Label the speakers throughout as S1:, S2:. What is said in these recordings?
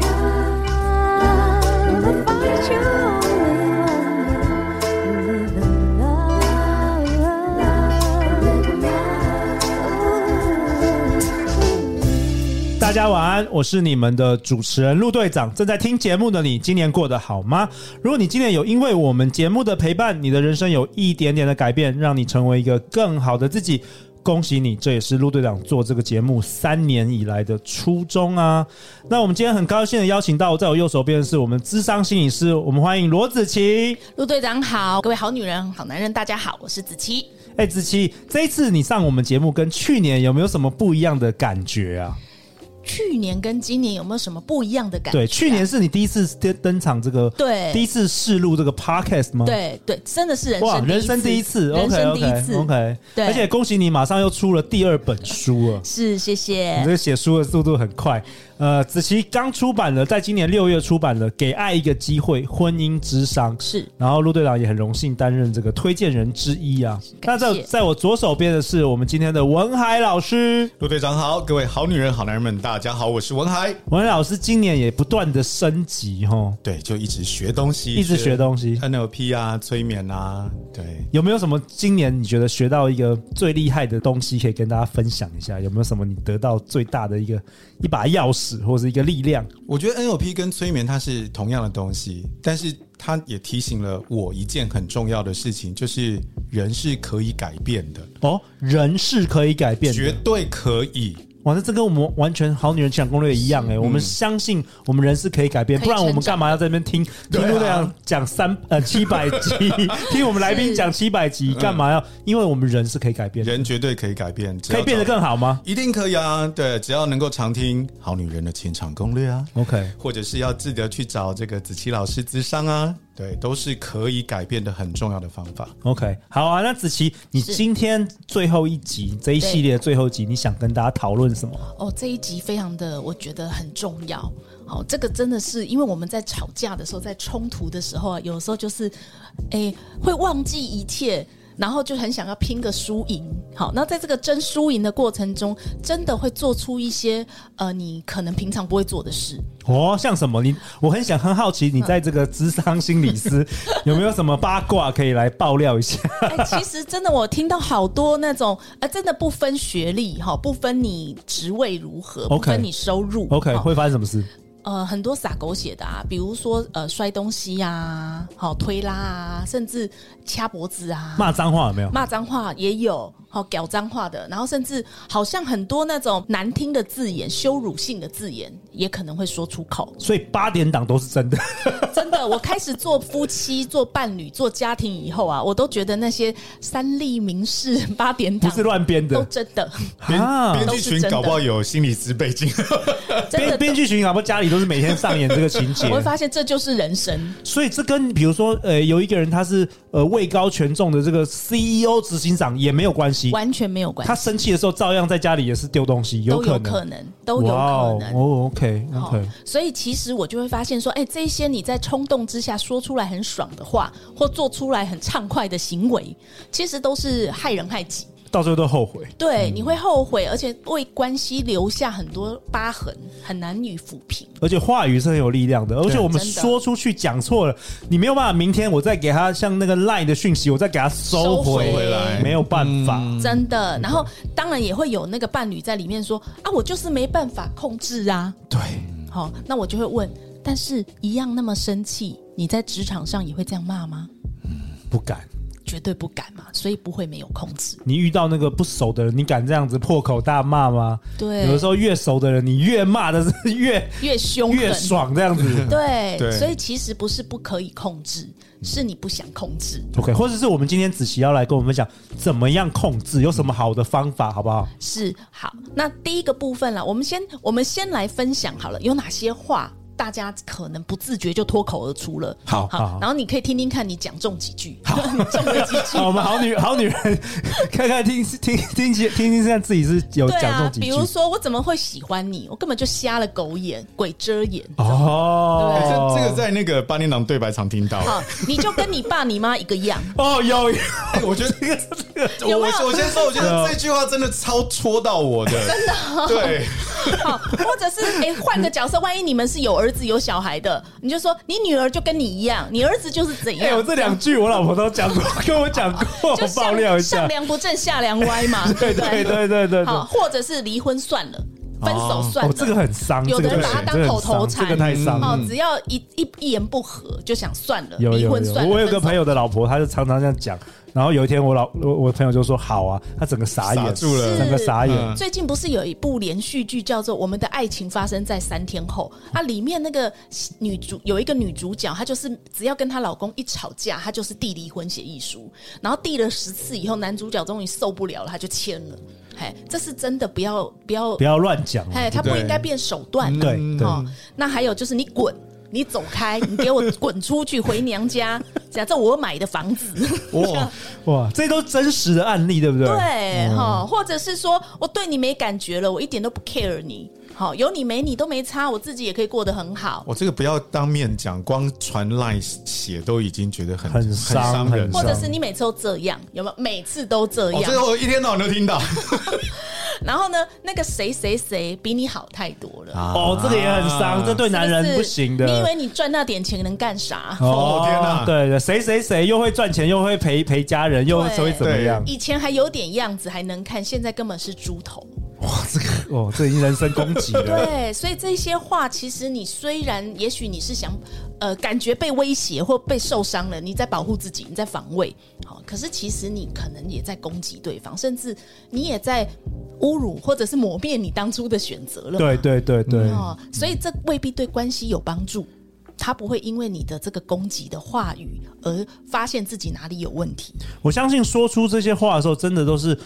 S1: Love, find your only one. Live in love, live in love.
S2: 大家晚安，我是你们的主持人陆队长。正在听节目的你，今年过得好吗？如果你今年有因为我们节目的陪伴，你的人生有一点点的改变，让你成为一个更好的自己，恭喜你！这也是陆队长做这个节目三年以来的初衷啊。那我们今天很高兴的邀请到，在我右手边的是我们智商心理师，我们欢迎罗子琪。
S3: 陆队长好，各位好女人、好男人，大家好，我是子琪。
S2: 哎，子琪，这一次你上我们节目跟去年有没有什么不一样的感觉啊？
S3: 去年跟今年有没有什么不一样的感觉啊、
S2: 对，去年是你第一次登登场这个，
S3: 对
S2: 第一次试录这个 podcast 吗？，
S3: 对对，真的是人
S2: 哇，
S3: 生
S2: 人生第一次
S3: 人
S2: ，OK
S3: 生第
S2: OK
S3: 一次
S2: OK，
S3: 对
S2: 而且恭喜你，马上又出了第二本书了。
S3: 是谢
S2: 你
S3: 谢
S2: 这。个写书的速度很快，呃，子琪刚出版了，在今年六月出版了《给爱一个机会：婚姻之商》，
S3: 是
S2: 然后陆队长也很荣幸担任这个推荐人之一啊。那
S3: 感谢
S2: 在在我左手边的是我们今天的文海老师，
S4: 陆队长好，各位好女人、好男人们，大家好，我是文海。
S2: 文海老师今年也不断的升级哈，
S4: 对，就一直学东西，
S2: 一直学东西。
S4: NLP 啊，催眠啊，对。
S2: 有没有什么今年你觉得学到一个最厉害的东西可以跟大家分享一下？有没有什么你得到最大的一个一把钥匙或是一个力量？
S4: 我觉得 NLP 跟催眠它是同样的东西，但是它也提醒了我一件很重要的事情，就是人是可以改变的，
S2: 哦，人是可以改变
S4: 绝
S2: 的。
S4: 对可以。
S2: 哇，那这跟我们完全《好女人情感攻略》一样哎、
S4: 嗯
S2: 我们相信我们人是可以改变，
S3: 可以
S2: 不然我们
S3: 成长
S2: 干嘛要在那边听听
S4: 对啊
S2: 陆队长讲三呃 七百集，听我们来宾讲七百集，干嘛要？因为我们人是可以改变的，
S4: 嗯人绝对可以改变，只要
S2: 可以变得
S4: 找
S2: 更好吗
S4: 一定可以啊！对，只要能够常听《好女人的情场攻略》啊，
S2: ？OK，
S4: 或者是要记得去找这个子琪老师咨商啊，对，都是可以改变的很重要的方法。
S2: OK，好啊，那子琪，你
S3: 是
S2: 今天最后一集这一
S3: 对
S2: 系列的最后一集，你想跟大家讨论什么？
S3: 哦，这一集非常的，我觉得很重要。好、这个真的是因为我们在吵架的时候，在冲突的时候啊，有时候就是，哎，会忘记一切。然后就很想要拼个输赢，好，那在这个争输赢的过程中，真的会做出一些呃，你可能平常不会做的事。
S2: 哦，像什么？你我很想很好奇，你在这个智商心理师有没有什么八卦可以来爆料一下？
S3: 哎，其实真的，我听到好多那种，呃，真的不分学历哈，不分你职位如何，不
S2: OK
S3: 分你收入
S2: OK，
S3: 哈
S2: 会发生什么事？
S3: 呃，很多撒狗血的啊，比如说呃摔东西呀、啊，好推拉啊，甚至掐脖子啊，
S2: 骂脏话有没有？
S3: 骂脏话也有，好屌脏话的，然后甚至好像很多那种难听的字眼、羞辱性的字眼也可能会说出口。
S2: 所以八点档都是真的。
S3: 真的，我开始做夫妻、做伴侣、做家庭以后啊，我都觉得那些三立名士八点档
S2: 不是乱编的
S3: 都真的，
S4: 编
S2: 啊
S4: 编
S3: 都
S4: 剧
S3: 是
S4: 群
S3: 真的
S4: 搞不好有心理师背景，
S3: 真
S2: 编
S3: 的
S2: 编剧群搞不好家里都是每天上演这个情节
S3: 我，会发现这就是人生。
S2: 所以这跟比如说呃有一个人他是呃位高权重的这个 CEO 执行长也没有关系，
S3: 完全没有关
S2: 他
S3: 系，
S2: 生气的时候照样在家里也是丢东西，
S3: 都
S2: 可
S3: 有
S2: 能
S3: 可。能，都有可能。
S2: 哦，OK
S3: 好
S2: OK，
S3: 所以其实我就会发现说，哎、这一些你在冲动之下说出来很爽的话，或做出来很畅快的行为，其实都是害人害己。
S2: 到最后都后悔。
S3: 对，你会后悔，而且为关系留下很多疤痕，很难以抚平。
S2: 而且话语是很有力量的，而且我们
S3: 真的
S2: 说出去讲错了，你没有办法，明天我再给他像那个 line 的讯息，我再给他收
S3: 收
S2: 回，
S3: 回来
S2: 没有办法。
S3: 真的，然后当然也会有那个伴侣在里面说啊，我就是没办法控制啊，
S2: 对，
S3: 好、那我就会问，但是一样那么生气，你在职场上也会这样骂吗？
S2: 不敢。
S3: 绝对不敢嘛，所以不会没有控制。
S2: 你遇到那个不熟的人，你敢这样子破口大骂吗？
S3: 对
S2: 有的时候越熟的人，你越骂的是 越
S3: 越凶狠
S2: 越爽，这样 子。
S3: 对，
S4: 对
S3: 所以其实不是不可以控制，是你不想控制。
S2: OK，或者是我们今天子琪要来跟我们分享怎么样控制，有什么好的方法，好不好？
S3: 是好，那第一个部分啦，我们先我们先来分享好了，有哪些话大家可能不自觉就脱口而出了。
S4: 好
S2: 好好
S3: 好，然后你可以听听看，你讲中几句，你中了几 句
S2: 好，。我们好女好女人， 看看听听听听听看自己是有
S3: 对
S2: 讲
S3: 啊
S2: 中，几
S3: 比
S2: 句
S3: 如说我怎么会喜欢你？我根本就瞎了狗眼，鬼遮眼。
S4: 哎
S2: 哦，
S4: 这这个在那个八点档对白常听到。
S3: 好，你就跟你爸你妈一 个样。
S2: 哦有有
S4: 哎，我觉得 这个这个，
S3: 有
S4: 我
S3: 没有
S4: 我我先说，我觉
S2: 对啊
S4: 得这句话真的超戳到我的，真的对。
S3: 好，或者是哎，换、个角色，万一你们是有儿子有小孩的，你就说你女儿就跟你一样，你儿子就是怎
S2: 哎、
S3: 样。
S2: 我这两句我老婆都讲过， 跟我讲过，
S3: 就
S2: 我
S3: 上
S2: 爆料一
S3: 上
S2: 下。
S3: 梁不正下梁歪嘛，
S2: 对
S3: 对不
S2: 对对对对对，
S3: 好，或者是离婚算了，分手算了。
S2: 哦，这个很伤，
S3: 有的人
S2: 这个
S3: 把它当
S2: 这个很
S3: 口头
S2: 伤
S3: 禅
S2: 这个太伤了。嗯
S3: 哦，只要一一一言不合就想算了，
S2: 有
S3: 离
S2: 有
S3: 婚
S2: 有
S3: 算，了。
S2: 我有个
S3: 分手
S2: 朋友的老婆，她就常常这样讲。然后有一天，我老我我朋友就说：“好啊。”她整个傻眼，
S4: 傻住了
S2: 整个傻眼。
S4: 嗯
S3: 最近不是有一部连续剧叫做《我们的爱情发生在三天后》啊？里面那个女主有一个女主角，她就是只要跟她老公一吵架，她就是递离婚协议书，然后递了十次以后，男主角终于受不了了，他就签了。哎，这是真的，不要不要
S2: 不，要乱讲啊。
S3: 哎，他不
S4: 对
S3: 应该变手段。
S2: 对对，
S3: 哦，那还有就是你滚。你走开！你给我滚出去，回娘家！这样，这我买的房子。
S4: 哇，
S2: 哇，这都真实的案例，对嗯不对？
S3: 对哈、或者是说我对你没感觉了，我一点都不 care 你，好有你没你都没差，我自己也可以过得很好。
S4: 我这个不要当面讲，光传 line 写都已经觉得很
S2: 很伤
S4: 伤人
S2: 很
S3: 或
S4: 了。
S3: 者是你每次都这样，有没有？每次都这
S4: 哦，
S3: 样。
S4: 这个我一天到晚都听到。
S3: 然后呢，那个谁谁谁比你好太多了，
S4: 啊
S2: 哦，这个也很伤，这对
S3: 是
S2: 男人
S3: 是
S2: 不行的。
S3: 你以为你赚那点钱能干啥？
S4: 哦天哪
S2: 对对，谁谁谁又会赚钱，又会陪陪家人，又
S3: 对
S2: 会怎么样？
S3: 以前还有点样子，还能看，现在根本是猪头。
S2: 哦，这已经人身攻击 了。
S3: 对，所以这些话，其实你虽然也许你是想，呃，感觉被威胁或被受伤了，你在保护自己，你在防卫，好、可是其实你可能也在攻击对方，甚至你也在侮辱或者是抹灭你当初的选择了。
S2: 对对对对，
S3: 哦，所以这未必对关系有帮助。他不会因为你的这个攻击的话语而发现自己哪里有问题。
S2: 我相信说出这些话的时候，真的都是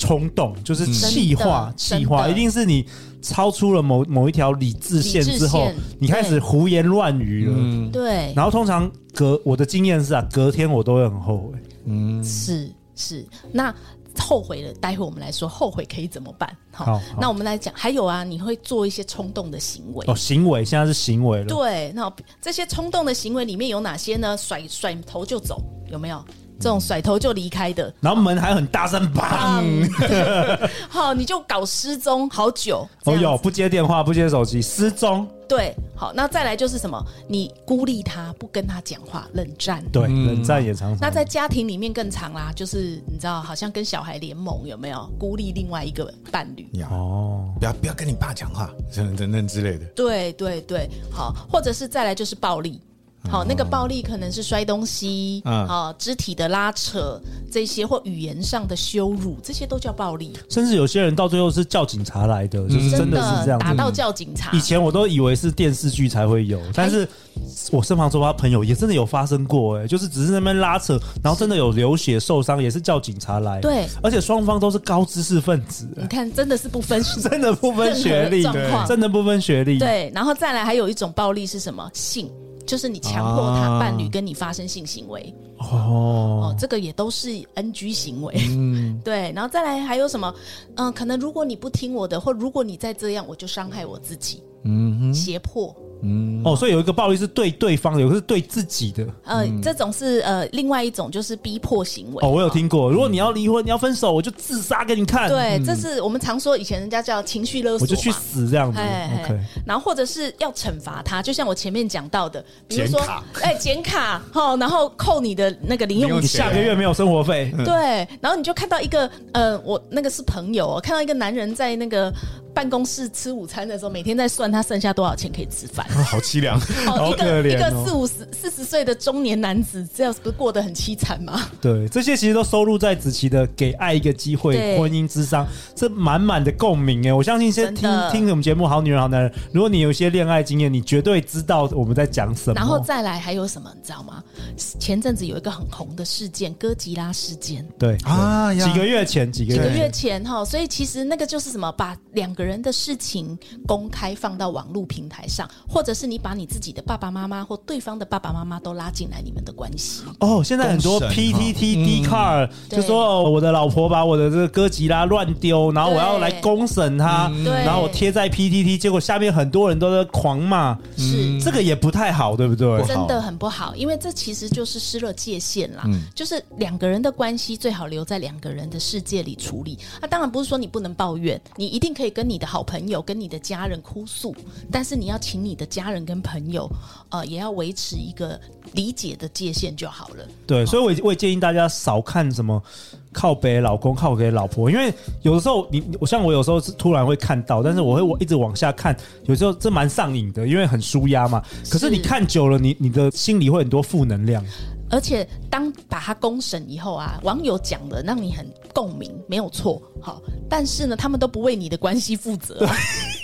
S2: 冲动，就是气话，
S3: 真的
S2: 气话，
S3: 真的
S2: 一定是你超出了某某一条理智线之后
S3: 理智线，
S2: 你开始
S3: 对
S2: 胡言乱语了。
S4: 嗯
S3: 对，
S2: 然后通常隔我的经验是啊，隔天我都会很后悔。
S3: 是是，那后悔了，待会我们来说后悔可以怎么办？
S2: 好
S3: 好
S2: 好，
S3: 那我们来讲，还有啊，你会做一些冲动的行为。
S2: 哦，行为现在是行为了，
S3: 对，那这些冲动的行为里面有哪些呢？甩甩头就走，有没有？这种甩头就离开的，
S2: 然后门还很大声，砰！
S3: 好，你就搞失踪好久。这
S2: 哦
S3: 样
S2: 哟，
S3: 子
S2: 不接电话，不接手机，失踪。
S3: 对，好，那再来就是什么？你孤立他，不跟他讲话，冷战。
S2: 对，冷战也常常。
S3: 那在家庭里面更长啦，就是你知道，好像跟小孩联盟有没有孤立另外一个伴侣？
S4: 呀
S2: 哦，
S4: 不要不要跟你爸讲话，等等等之类的。
S3: 对对对，好，或者是再来就是暴力。
S2: 嗯
S3: 好，那个暴力可能是摔东西，
S4: 嗯
S3: 好，肢体的拉扯这些，或语言上的羞辱，这些都叫暴力。
S2: 甚至有些人到最后是叫警察来的，就是嗯真的是这样
S3: 打
S2: 子。
S3: 到哎叫警察。
S2: 以前我都以为是电视剧才会有，但是我身旁周遭朋友也真的有发生过、哎，就是只是那边拉扯，然后真的有流血受伤，也是叫警察来。
S3: 对
S2: 而且双方都是高知识分子、哎
S3: 你看，真的是不分
S2: 真的不分学 历
S3: 任何状，况
S2: 真的不分学历。
S3: 对，然后再来还有一种暴力是什么？性，就是你强迫他
S4: 啊
S3: 伴侣跟你发生性行为。
S2: 哦
S3: 哦，，这个也都是 NG 行为，
S2: 嗯
S3: 对。然后再来还有什么？嗯、可能如果你不听我的，或如果你再这样，我就伤害我自己，嗯，胁迫，
S2: 哦，所以有一个暴力是对对方的，有一个是对自己的。
S3: 呃，这种是呃另外一种就是逼迫行
S2: 嗯
S3: 为。
S2: 哦，我有听过，如果你要离婚，你要分手，我就自杀给你看。，
S3: 对，这是我们常说以前人家叫情绪勒
S2: 嗯我
S3: 索嘛，
S2: 就去死这样子。
S3: 哎
S2: OK，
S3: 然后或者是要惩罚他，就像我前面讲到的，比如说
S4: 剪卡，
S3: 哎，减卡，哦，然后扣你的那个零用
S4: 零用
S2: 你
S3: 钱。
S2: 下个月没有生活费，
S3: 对，然后你就看到一个，呃，我那个是朋友、哦，看到一个男人在那个呃办公室吃午餐的时候，每天在算他剩下多少钱可以吃饭。
S4: 啊好凄凉，
S2: 好
S3: 哦，一
S2: 可
S3: 个
S2: 怜
S3: 一个
S2: 哦
S3: 四五十四十岁的中年男子，这样是不是过得很凄惨吗？
S2: 对，这些其实都收录在子琪的《给爱一个机会》
S3: 对
S2: 婚姻之商，这满满的共鸣哎！我相信先
S3: 真
S2: 听
S3: 的
S2: 听我们节目《好女人好男人》，如果你有一些恋爱经验，你绝对知道我们在讲什么。
S3: 然后再来还有什么，你知道吗？前阵子有一个很红的事件，哥吉拉事件。
S2: 对
S4: 啊呀
S2: 几个月前，几个
S3: 几个
S2: 月
S3: 月
S2: 前，
S3: 前哈，所以其实那个就是什么，把两个人的事情公开放到网络平台上，或或者是你把你自己的爸爸妈妈或对方的爸爸妈妈都拉进来你们的关系。
S2: 哦，现在很多
S4: 公审哈
S2: PTT D car 就
S3: 对
S2: 说哦我的老婆把我的这个哥吉拉乱丢，然后我要来公审她，
S3: 对
S2: 然后我贴在 PTT，结果下面很多人都在狂骂，
S3: 是
S2: 这个也不太好，对不对？
S3: 真的很不好，因为这其实就是失了界限啦。
S4: 嗯
S3: 就是两个人的关系最好留在两个人的世界里处理。啊，当然不是说你不能抱怨，你一定可以跟你的好朋友、跟你的家人哭诉，但是你要请你的家人跟朋友，呃，也要维持一个理解的界限就好了。
S2: 对，所以我也我也建议大家少看什么靠北老公、靠北老婆，因为有的时候你我像我有时候是突然会看到，但是我会我一直往下看，有时候这蛮上瘾的，因为很舒压嘛。可是
S3: 是
S2: 你看久了，你你的心里会很多负能量。
S3: 而且当把它公审以后啊，网友讲的让你很共鸣，没有错，好，但是呢，他们都不为你的关系负责。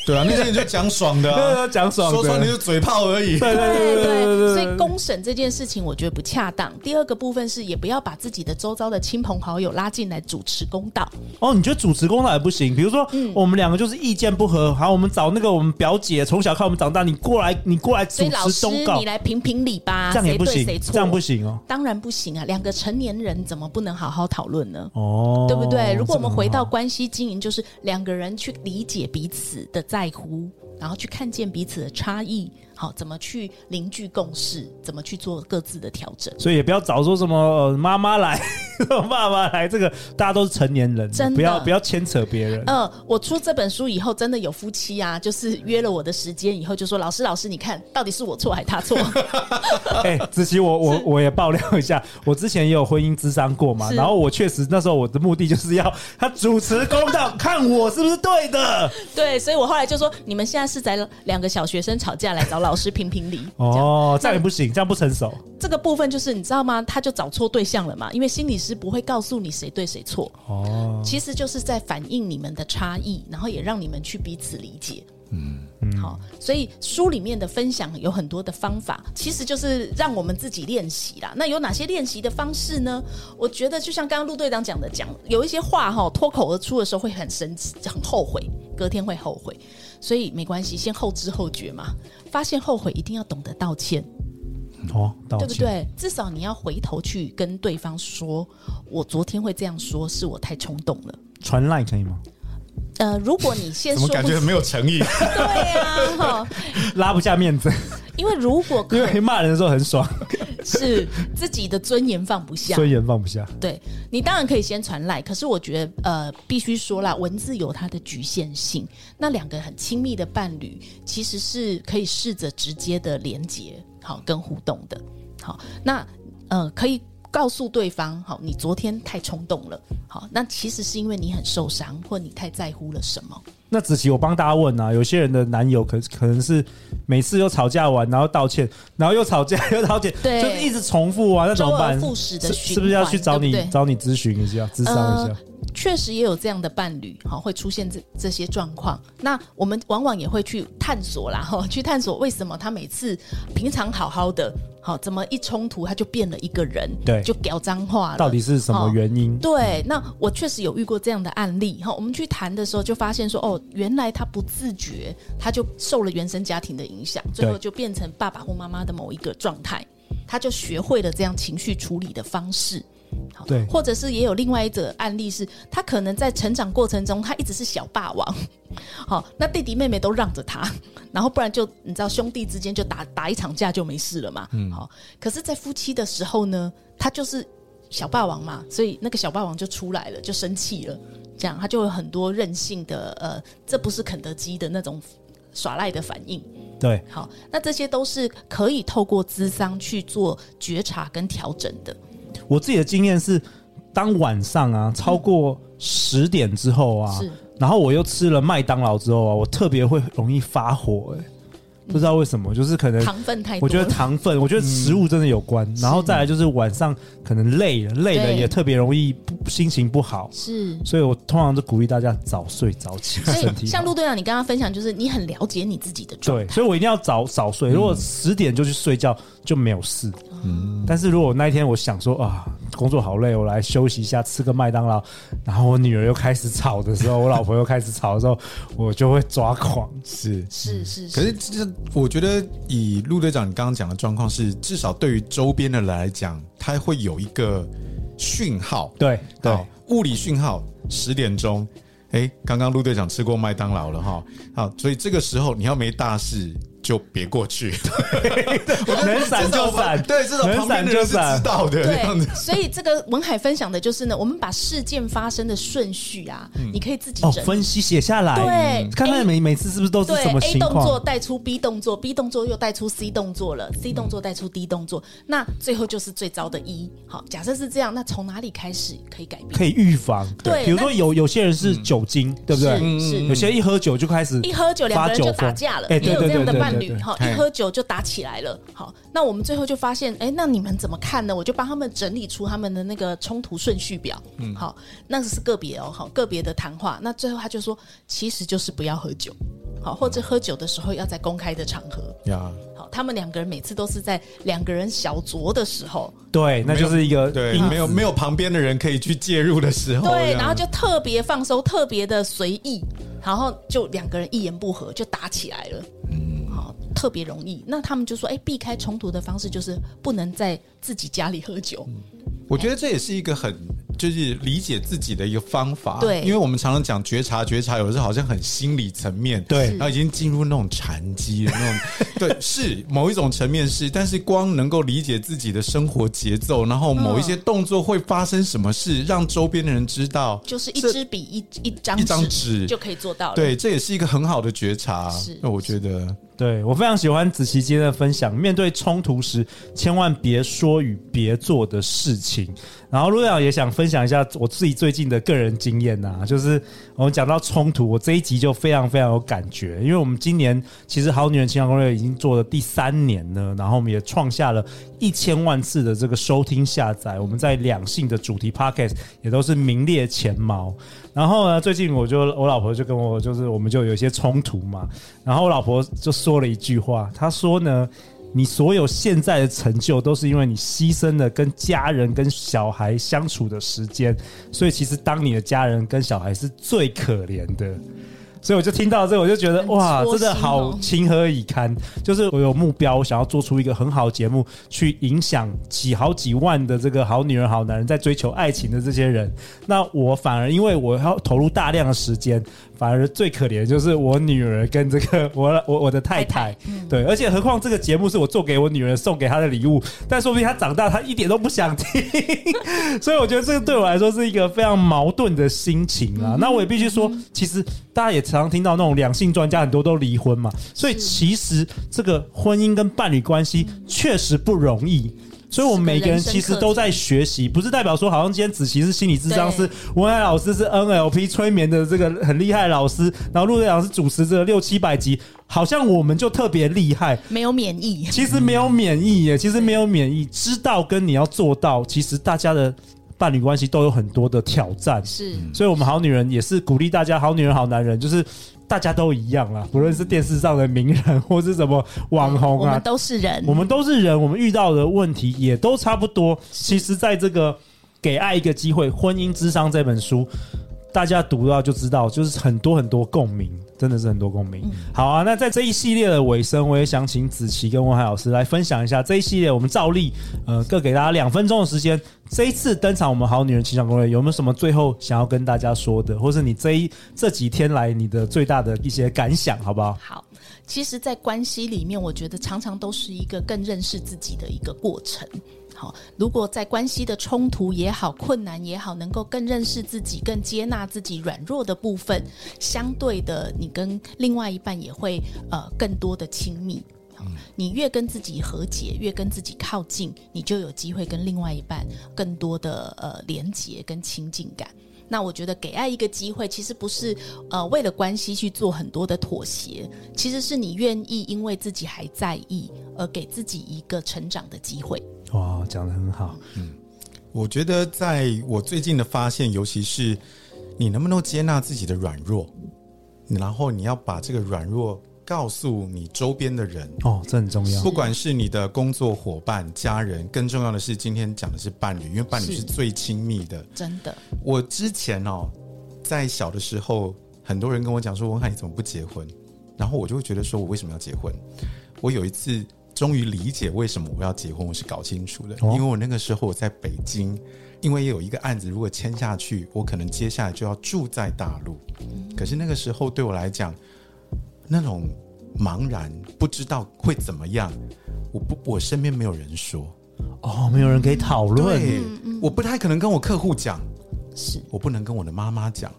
S4: 对啊，那些人就讲爽的
S2: 对对
S4: 啊
S2: 对，讲爽的
S4: 说穿你就嘴炮而已。
S2: 对对对对对对对，
S3: 所以公审这件事情，我觉得不恰当。第二个部分是，也不要把自己的周遭的亲朋好友拉进来主持公道。
S2: 哦，你觉得主持公道也不行？比如说，
S3: 嗯
S2: 我们两个就是意见不合，好，我们找那个我们表姐，从小看我们长大，你过来，你过来主
S3: 所以老
S2: 持
S3: 师
S2: 公，告
S3: 你，来评评理吧，
S2: 这样也
S3: 谁
S2: 不
S3: 对
S2: 行
S3: 谁，错？
S2: 这样不，行哦。
S3: 当然不行啊！两个成年人怎么不能好好讨论呢？
S2: 哦，
S3: 对不对？如果我们回到关系经营，就是两个人去理解彼此的在乎，然后去看见彼此的差异，好，怎么去凝聚共识，怎么去做各自的调整。
S2: 所以也不要找说什么呃妈妈来、 爸爸来，这个大家都是成年人，
S3: 真的
S2: 不要不要牵扯别人。
S3: 嗯，我出这本书以后，真的有夫妻啊，就是约了我的时间以后，就说老师，老师，你看到底是我错还是他错？呃
S2: 哎、子琪，我我我也爆料一下，我之前也有婚姻智商过嘛，
S3: 是
S2: 然后我确实那时候我的目的就是要他主持公道，看我是不是对的。
S3: 对，所以我后来就说，你们现在是在两个小学生吵架来找老师评评理。哦，
S2: 哦，这样也不行，这样不成熟。
S3: 这个部分就是你知道吗？他就找错对象了嘛，因为心理师不会告诉你谁对谁错，
S2: 哦，
S3: 其实就是在反映你们的差异，然后也让你们去彼此理解。嗯，好，所以书里面的分享有很多的方法，其实就是让我们自己练习啦。那有哪些练习的方式呢？我觉得就像刚刚陆队长讲的，讲有一些话哈、脱口而出的时候会很生气，很后悔，隔天会后悔，所以没关系，先后知后觉嘛。发现后悔一定要懂得道歉，
S2: 哦，道
S3: 对
S2: 歉。
S3: 不对？至少你要回头去跟对方说，我昨天会这样说，是我太冲动了。
S2: 传赖可以吗？
S3: 呃，如果你先
S4: 怎
S3: 说
S4: 么
S3: 不
S4: 感觉很没有诚意？
S3: 对呀、哈，
S2: 拉不下 面子，
S3: 因为如果
S2: 因
S3: 可
S2: 为骂人的时候很爽，
S3: 是自己的尊严放不下
S2: 所，以人放不下。
S3: 对你当然可以先传来，可是我觉得呃，必须说啦，文字有它的局限性。那两个很亲密的伴侣，其实是可以试着直接的连接，好跟互动的。好，那呃，可以告诉对方，好，你昨天太冲动了，好，那其实是因为你很受伤，或你太在乎了什么。
S2: 那子琪，我帮大家问啊，有些人的男友可可能是每次又吵架完，然后道歉，然后又吵架 又道歉，
S3: 对
S2: 就是一直重复啊，那怎么办？
S3: 周而复始的
S2: 是
S3: 循环
S2: 是不是要去找你
S3: 对不对
S2: 找你咨询一下，咨商一下？
S3: 呃确实也有这样的伴侣，哈，会出现这这些状况。那我们往往也会去探索啦，哈，去探索为什么他每次平常好好的，好，怎么一冲突他就变了一个人，
S2: 对
S3: 就屌脏话了，
S2: 到底是什么
S3: 哦
S2: 原因？
S3: 对，那我确实有遇过这样的案例哈。我们去谈的时候就发现说，哦，原来他不自觉，他就受了原生家庭的影响，最后
S2: 对
S3: 就变成爸爸或妈妈的某一个状态，他就学会了这样情绪处理的方式。好
S2: 对
S3: 哦或者是也有另外一则案例是，他可能在成长过程中，他一直是小霸王， 好，那弟弟妹妹都让着他，然后不然就你知道兄弟之间就打打一场架就没事了嘛。
S2: 嗯
S3: 好，可是，在夫妻的时候呢，他就是小霸王嘛，所以那个小霸王就出来了，就生气了，这样他就有很多任性的呃，这不是肯德基的那种耍赖的反应。
S2: 对，
S3: 好，那这些都是可以透过智商去做觉察跟调整的。
S2: 我自己的经验是，当晚上啊超过十点之后啊
S3: 是，
S2: 然后我又吃了麦当劳之后啊，我特别会容易发火、哎，不知道为什么，就是可能
S3: 糖分太多了，
S2: 呃我觉得糖分，我觉得食物真的有关，然后再来就是晚上可能累了，累了
S3: 对
S2: 也特别容易不心情不好，
S3: 是
S2: 所以我通常都鼓励大家早睡早起，
S3: 所
S2: 身
S3: 以，
S2: 体
S3: 像
S2: 好。
S3: 陆队长，你刚刚分享就是你很了解你自己的状
S2: 对，
S3: 态，
S2: 所以我一定要早早睡。如果十点就去睡觉就没有事，
S3: 嗯
S2: 但是如果那一天我想说啊，工作好累，我来休息一下，吃个麦当劳，然后我女儿又开始吵的时候，我老婆又开始吵的时候，我就会抓狂。
S4: 是。
S3: 是是
S4: 可
S3: 是，
S4: 是这，我觉得以陆队长你刚刚讲的状况是，至少对于周边的人来讲，他会有一个讯号，
S2: 对对，
S4: 好，物理讯号十点钟，哎，刚刚陆队长吃过麦当劳了哈，好，所以这个时候你要没大事就别过去，
S2: 能闪就闪，
S4: 对，至少
S2: 能
S4: 旁边
S2: 闪
S4: 的
S2: 就
S4: 人是
S2: 闪
S4: 知。道的，这样
S3: 对
S4: 子，
S3: 所以这个文海分享的就是呢，我们把事件发生的顺序啊，你可以自己
S2: 哦，
S3: 整理
S2: 分析写下来，
S3: 对
S2: 看看
S3: A-
S2: 每每次是不是都是
S3: 对
S2: 什么
S3: A
S2: 情
S3: 动作
S2: 况？
S3: 带出 B 动作，B 动作又带出 C 动作
S2: 嗯
S3: 了，C 动作带出 D 动作，那最后就是最糟的一、好，假设是这样，那从哪里开始可以改变？
S2: 可以预防，
S3: 对
S2: 比如说有有些人
S4: 嗯
S2: 是酒精，对不嗯对？
S3: 是是
S2: 有些一喝酒就开始
S3: 一喝酒两
S2: 发
S3: 个人就
S2: 酒
S3: 打
S2: 疯
S3: 架了，
S2: 哎，
S3: 也
S2: 对
S3: 有
S2: 对
S3: 这
S2: 对
S3: 样
S2: 对
S3: 的伴
S2: 对
S3: 侣
S2: 对，
S3: 哈，
S4: 嘿
S3: 一喝酒就打起来了。好，那我们最后就发现，哎，那你们怎么看呢？我就帮他们整理出他们的那个冲突顺序表。嗯，好，那是个别哦，好，个别的谈话。那最后他就说，其实就是不要喝酒，好，或者喝酒的时候要在公开的场合。
S4: 呀，
S3: 好，他们两个人每次都是在两个人小酌的时候，
S2: 对，那就是一个
S4: 对，
S2: 因
S4: 没有没有旁边的人可以去介入的时候，这
S3: 对，
S4: 样
S3: 然后就特别放松，特别的随意，然后就两个人一言不合就打起来了。嗯，好，特别容易。那他们就说，哎、避开冲突的方式就是不能在自己家里喝酒。
S4: 嗯我觉得这也是一个很就是理解自己的一个方法，
S3: 对
S4: 因为我们常常讲觉察，觉察有时候好像很心理层面，
S2: 对
S4: 然后已经进入那种禅机的那 种，对，是某一种层面是，但是光能够理解自己的生活节奏，然后某
S3: 嗯
S4: 一些动作会发生什么事，让周边的人知道，
S3: 就是一
S4: 这
S3: 支笔一一张
S4: 一张纸
S3: 就可以做到了。
S4: 对，这也是一个很好的觉察
S3: 是，
S4: 那我觉得
S2: 对我非常喜欢子琪今天的分享。面对冲突时，千万别说与别做的事情。然后陆队长也想分享一下我自己最近的个人经验呐、就是呃我们讲到冲突，我这一集就非常非常有感觉，因为我们今年其实《好女人情感攻略》已经做了第三年了，然后我们也创下了一千万次的这个收听下载，我们在两性的主题 podcast 也都是名列前茅。然后呢，最近我就我老婆就跟我就是我们就有一些冲突嘛，然后我老婆就说了一句话，她说呢，你所有现在的成就都是因为你牺牲了跟家人跟小孩相处的时间，所以其实当你的家人跟小孩是最可怜的。所以我就听到这个，我就觉得
S3: 很
S2: 哇，
S3: 戳
S2: 真的
S3: 心
S2: 好
S3: 哦
S2: 情何以堪？就是我有目标，想要做出一个很好的节目，去影响几好几万的这个好女人、好男人在追求爱情的这些人。那我反而因为我要投入大量的时间，反而最可怜的就是我女儿跟这个我我我的太太，嗯对，而且何况这个节目是我做给我女儿送给她的礼物，但说不定她长大她一点都不想听， 所以我觉得这个对我来说是一个非常矛盾的心情啊。那我也必须说，其实大家也常常听到那种两性专家很多都离婚嘛，所以其实这个婚姻跟伴侣关系确实不容易。所以，我们每个人其实都在学习，不是代表说好像今天子琪是心理智商师
S3: 对，
S2: 文海老师是 NLP 催眠的这个很厉害的老师，然后陆队长是主持这六七百集，好像我们就特别厉害。
S3: 没有免疫。
S2: 其实没有免疫耶，其实没有免疫，知道跟你要做到，其实大家的伴侣关系都有很多的挑战。
S3: 是，
S4: 嗯
S2: 所以，我们好女人也是鼓励大家，好女人、好男人，就是大家都一样啦，不论是电视上的名人，或是什么网红
S3: 我
S2: 啊
S3: 们，都是人，
S2: 我们都是人，我们遇到的问题也都差不多。其实，在这个《给爱一个机会：婚姻智商》这本书，大家读到就知道，就是很多很多共鸣，真的是很多共鸣。好啊，那在这一系列的尾声，我也想请子琪跟文海老师来分享一下这一系列。我们照例，呃，各给大家两分钟的时间。这一次登场，我们好女人情感攻略有没有什么最后想要跟大家说的，或是你这一这几天来你的最大的一些感想，好不好？
S3: 好，其实，在关系里面，我觉得常常都是一个更认识自己的一个过程。好，如果在关系的冲突也好、困难也好，能够更认识自己、更接纳自己软弱的部分，相对的，你跟另外一半也会呃更多的亲密。好
S2: 嗯
S3: 你越跟自己和解，越跟自己靠近，你就有机会跟另外一半更多的呃连结跟亲近感。那我觉得给爱一个机会，其实不是呃为了关系去做很多的妥协，其实是你愿意因为自己还在意而给自己一个成长的机会。
S2: 哇，讲的很好，
S4: 我觉得在我最近的发现，尤其是你能不能接纳自己的软弱，然后你要把这个软弱告诉你周边的人，
S2: 哦，这很重要
S4: 不。管是你的工作伙伴、家人，更重要的是，今天讲的是伴侣，因为伴侣
S3: 是
S4: 是最亲密的。
S3: 真的，
S4: 我之前哦，在小的时候，很多人跟我讲说：“文翰，你怎么不结婚？”然后我就会觉得说：“我为什么要结婚？”我有一次终于理解为什么我要结婚，我是搞清楚的，
S2: 哦
S4: 因为我那个时候我在北京，因为有一个案子，如果签下去，我可能接下来就要住在大陆。可是那个时候对我来讲，那种茫然不知道会怎么样，我不，我身边没有人说，
S2: 哦，没有人可以讨论。
S4: 对，我不太可能跟我客户讲。
S3: 是
S4: 我不能跟我的妈妈讲，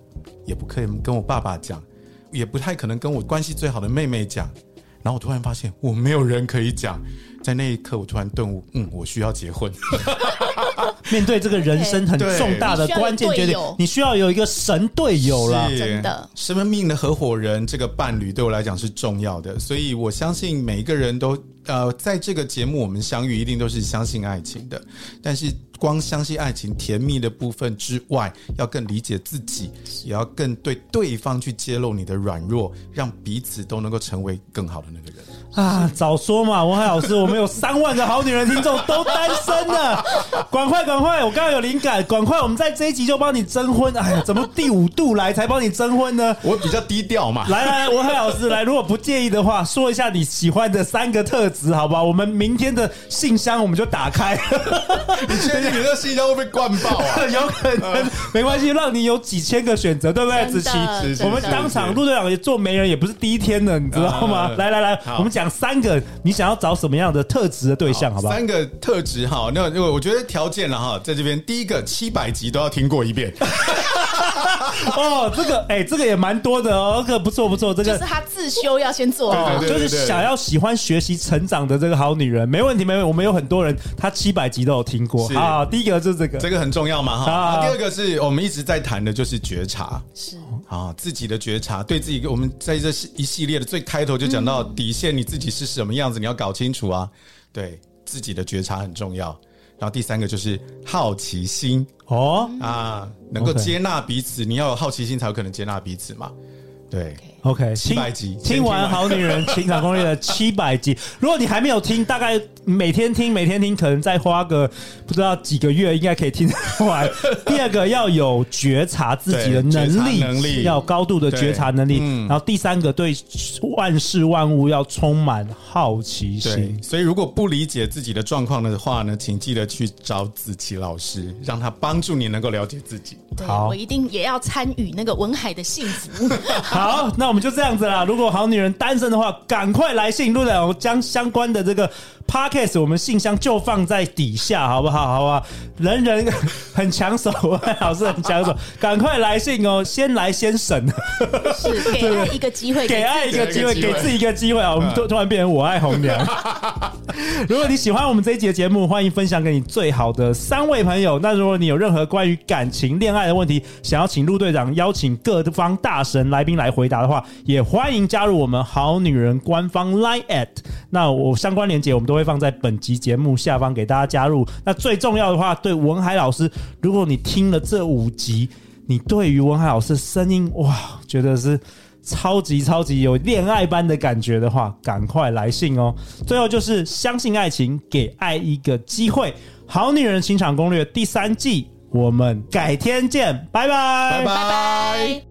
S4: 也不可以跟我爸爸讲，也不太可能跟我关系最好的妹妹讲。然后我突然发现我没有人可以讲，在那一刻我突然顿悟，嗯，我需要结婚。
S2: 面对这个人生很重大的关键决定，你需要有一个神队友啦。
S4: 是
S3: 真的
S4: 生命的合伙人这个伴侣对我来讲是重要的，所以我相信每一个人都呃，在这个节目我们相遇一定都是相信爱情的，但是光相信爱情甜蜜的部分之外，要更理解自己，也要更对对方去揭露你的软弱，让彼此都能够成为更好的那个人。
S2: 啊，早说嘛，文海老师，我们有三万个好女人听众都单身 的，赶快赶快！我刚刚有灵感，赶快我们在这一集就帮你征婚。哎呀，怎么第五度来才帮你征婚呢？
S4: 我比较低调嘛，
S2: 来来来，文海老师来，如果不介意的话，说一下你喜欢的三个特质，好吧？我们明天的信箱我们就打开。
S4: 你确定你这信箱会被灌爆啊？
S2: 有可能，没关系，让你有几千个选择，对不对？
S3: 真
S2: 子
S3: 的
S2: 琪
S3: 真，的
S2: 我们当场陆队长也做媒人，也不是第一天了，你知道吗？
S4: 嗯
S2: 来来来，
S4: 好
S2: 我们讲三个，你想要找什么样的特质的对象，好不好？
S4: 三个特质哈，那那我觉得条件了哈，在这边第一个七百集都要听过一遍，
S2: 哦，这个，哎，这个也蛮多的哦，这个不错不错，这
S3: 就
S2: 个
S3: 是。他自修要先做好
S4: 对对
S2: 哦
S4: 对
S2: 就是想要喜欢学习成长的这个好女人，没问题，没问题。我们有很多人，她七百集都有听过。
S4: 是
S2: 好，第一个就是这个，
S4: 这个很重要嘛哈。
S2: 啊
S4: 啊第二个是我们一直在谈的，就是觉察
S3: 是
S4: 啊，自己的觉察，对自己，我们在这一系列的最开头就讲到
S2: 嗯
S4: 底线，你自己是什么样子，你要搞清楚啊。对自己的觉察很重要。然后第三个就是好奇心
S2: 哦
S4: 啊，能够
S2: OK
S4: 接纳彼此，你要有好奇心才有可能接纳彼此嘛。对，
S2: ，OK，
S4: 七百
S2: 听
S4: 集
S2: 听完《好女 人情场攻略》的七百集，如果你还没有听，大概每天听，每天听，可能再花个不知道几个月，应该可以听得 完。第二个要有觉察自己的能
S4: 对
S2: 力，
S4: 觉察能力嗯
S2: 要有高度的觉察能力。然后第三个对万事万物要充满好奇
S4: 对
S2: 心，。
S4: 所以如果不理解自己的状况的话呢，请记得去找子琪老师，让他帮助你能够了解自己。
S3: 对，
S2: 好
S3: 我一定也要参与那个文海的幸福。
S2: 好，那我们就这样子啦。如果好女人单身的话，赶快来信陆队我将相关的这个 podcast 我们信箱就放在底下，好不好？好吧，人人 很抢手，老师很抢手，赶快来信哦，先来先审，
S3: 是给爱一个机会，
S2: 给爱一个机会，给自己一个机会啊！我们突突然变成我爱红 娘。如果你喜欢我们这一集的节目，欢迎分享给你最好的三位朋友。那如果你有任何关于感情、恋爱的问题，想要请陆队长邀请各方大神来宾来回答的话，也欢迎加入我们好女人官方 Line at。那我相关链接我们都会放在本集节目下方给大家加入。那最重要的话，对文海老师，如果你听了这五集，你对于文海老师的声音，哇，觉得是。超级超级有恋爱般的感觉的话，赶快来信哦。最后就是相信爱情，给爱一个机会，《好女人情场攻略》第三季，我们改天见，拜拜，
S3: 拜
S4: 拜
S3: 拜。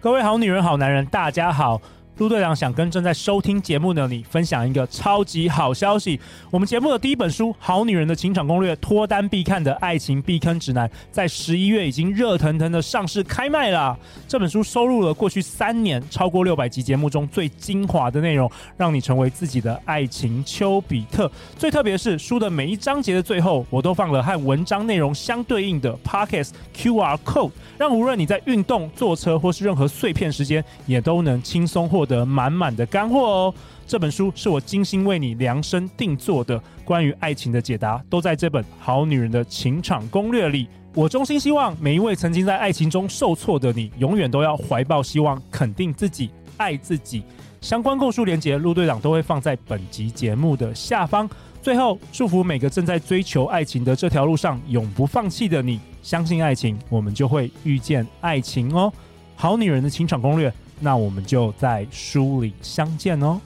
S2: 各位好女人、好男人，大家好！陆队长想跟正在收听节目的你分享一个超级好消息。我们节目的第一本书《好女人的情场攻略》脱单必看的爱情避坑指南，在十一月已经热腾腾的上市开卖啦！这本书收录了过去三年超过六百集节目中最精华的内容，让你成为自己的爱情丘比特。最特别的是，书的每一章节的最后，我都放了和文章内容相对应的 Podcast QR code，让无论你在运动、坐车或是任何碎片时间，也都能轻松获得满满的干货哦。这本书是我精心为你量身定做的，关于爱情的解答都在这本《好女人的情场攻略》里。我衷心希望每一位曾经在爱情中受挫的你，永远都要怀抱希望，肯定自己，爱自己。相关购书链接，陆队长都会放在本集节目的下方。最后，祝福每个正在追求爱情的这条路上永不放弃的你，相信爱情，我们就会遇见爱情哦。好女人的情场攻略，那我们就在书里相见哦。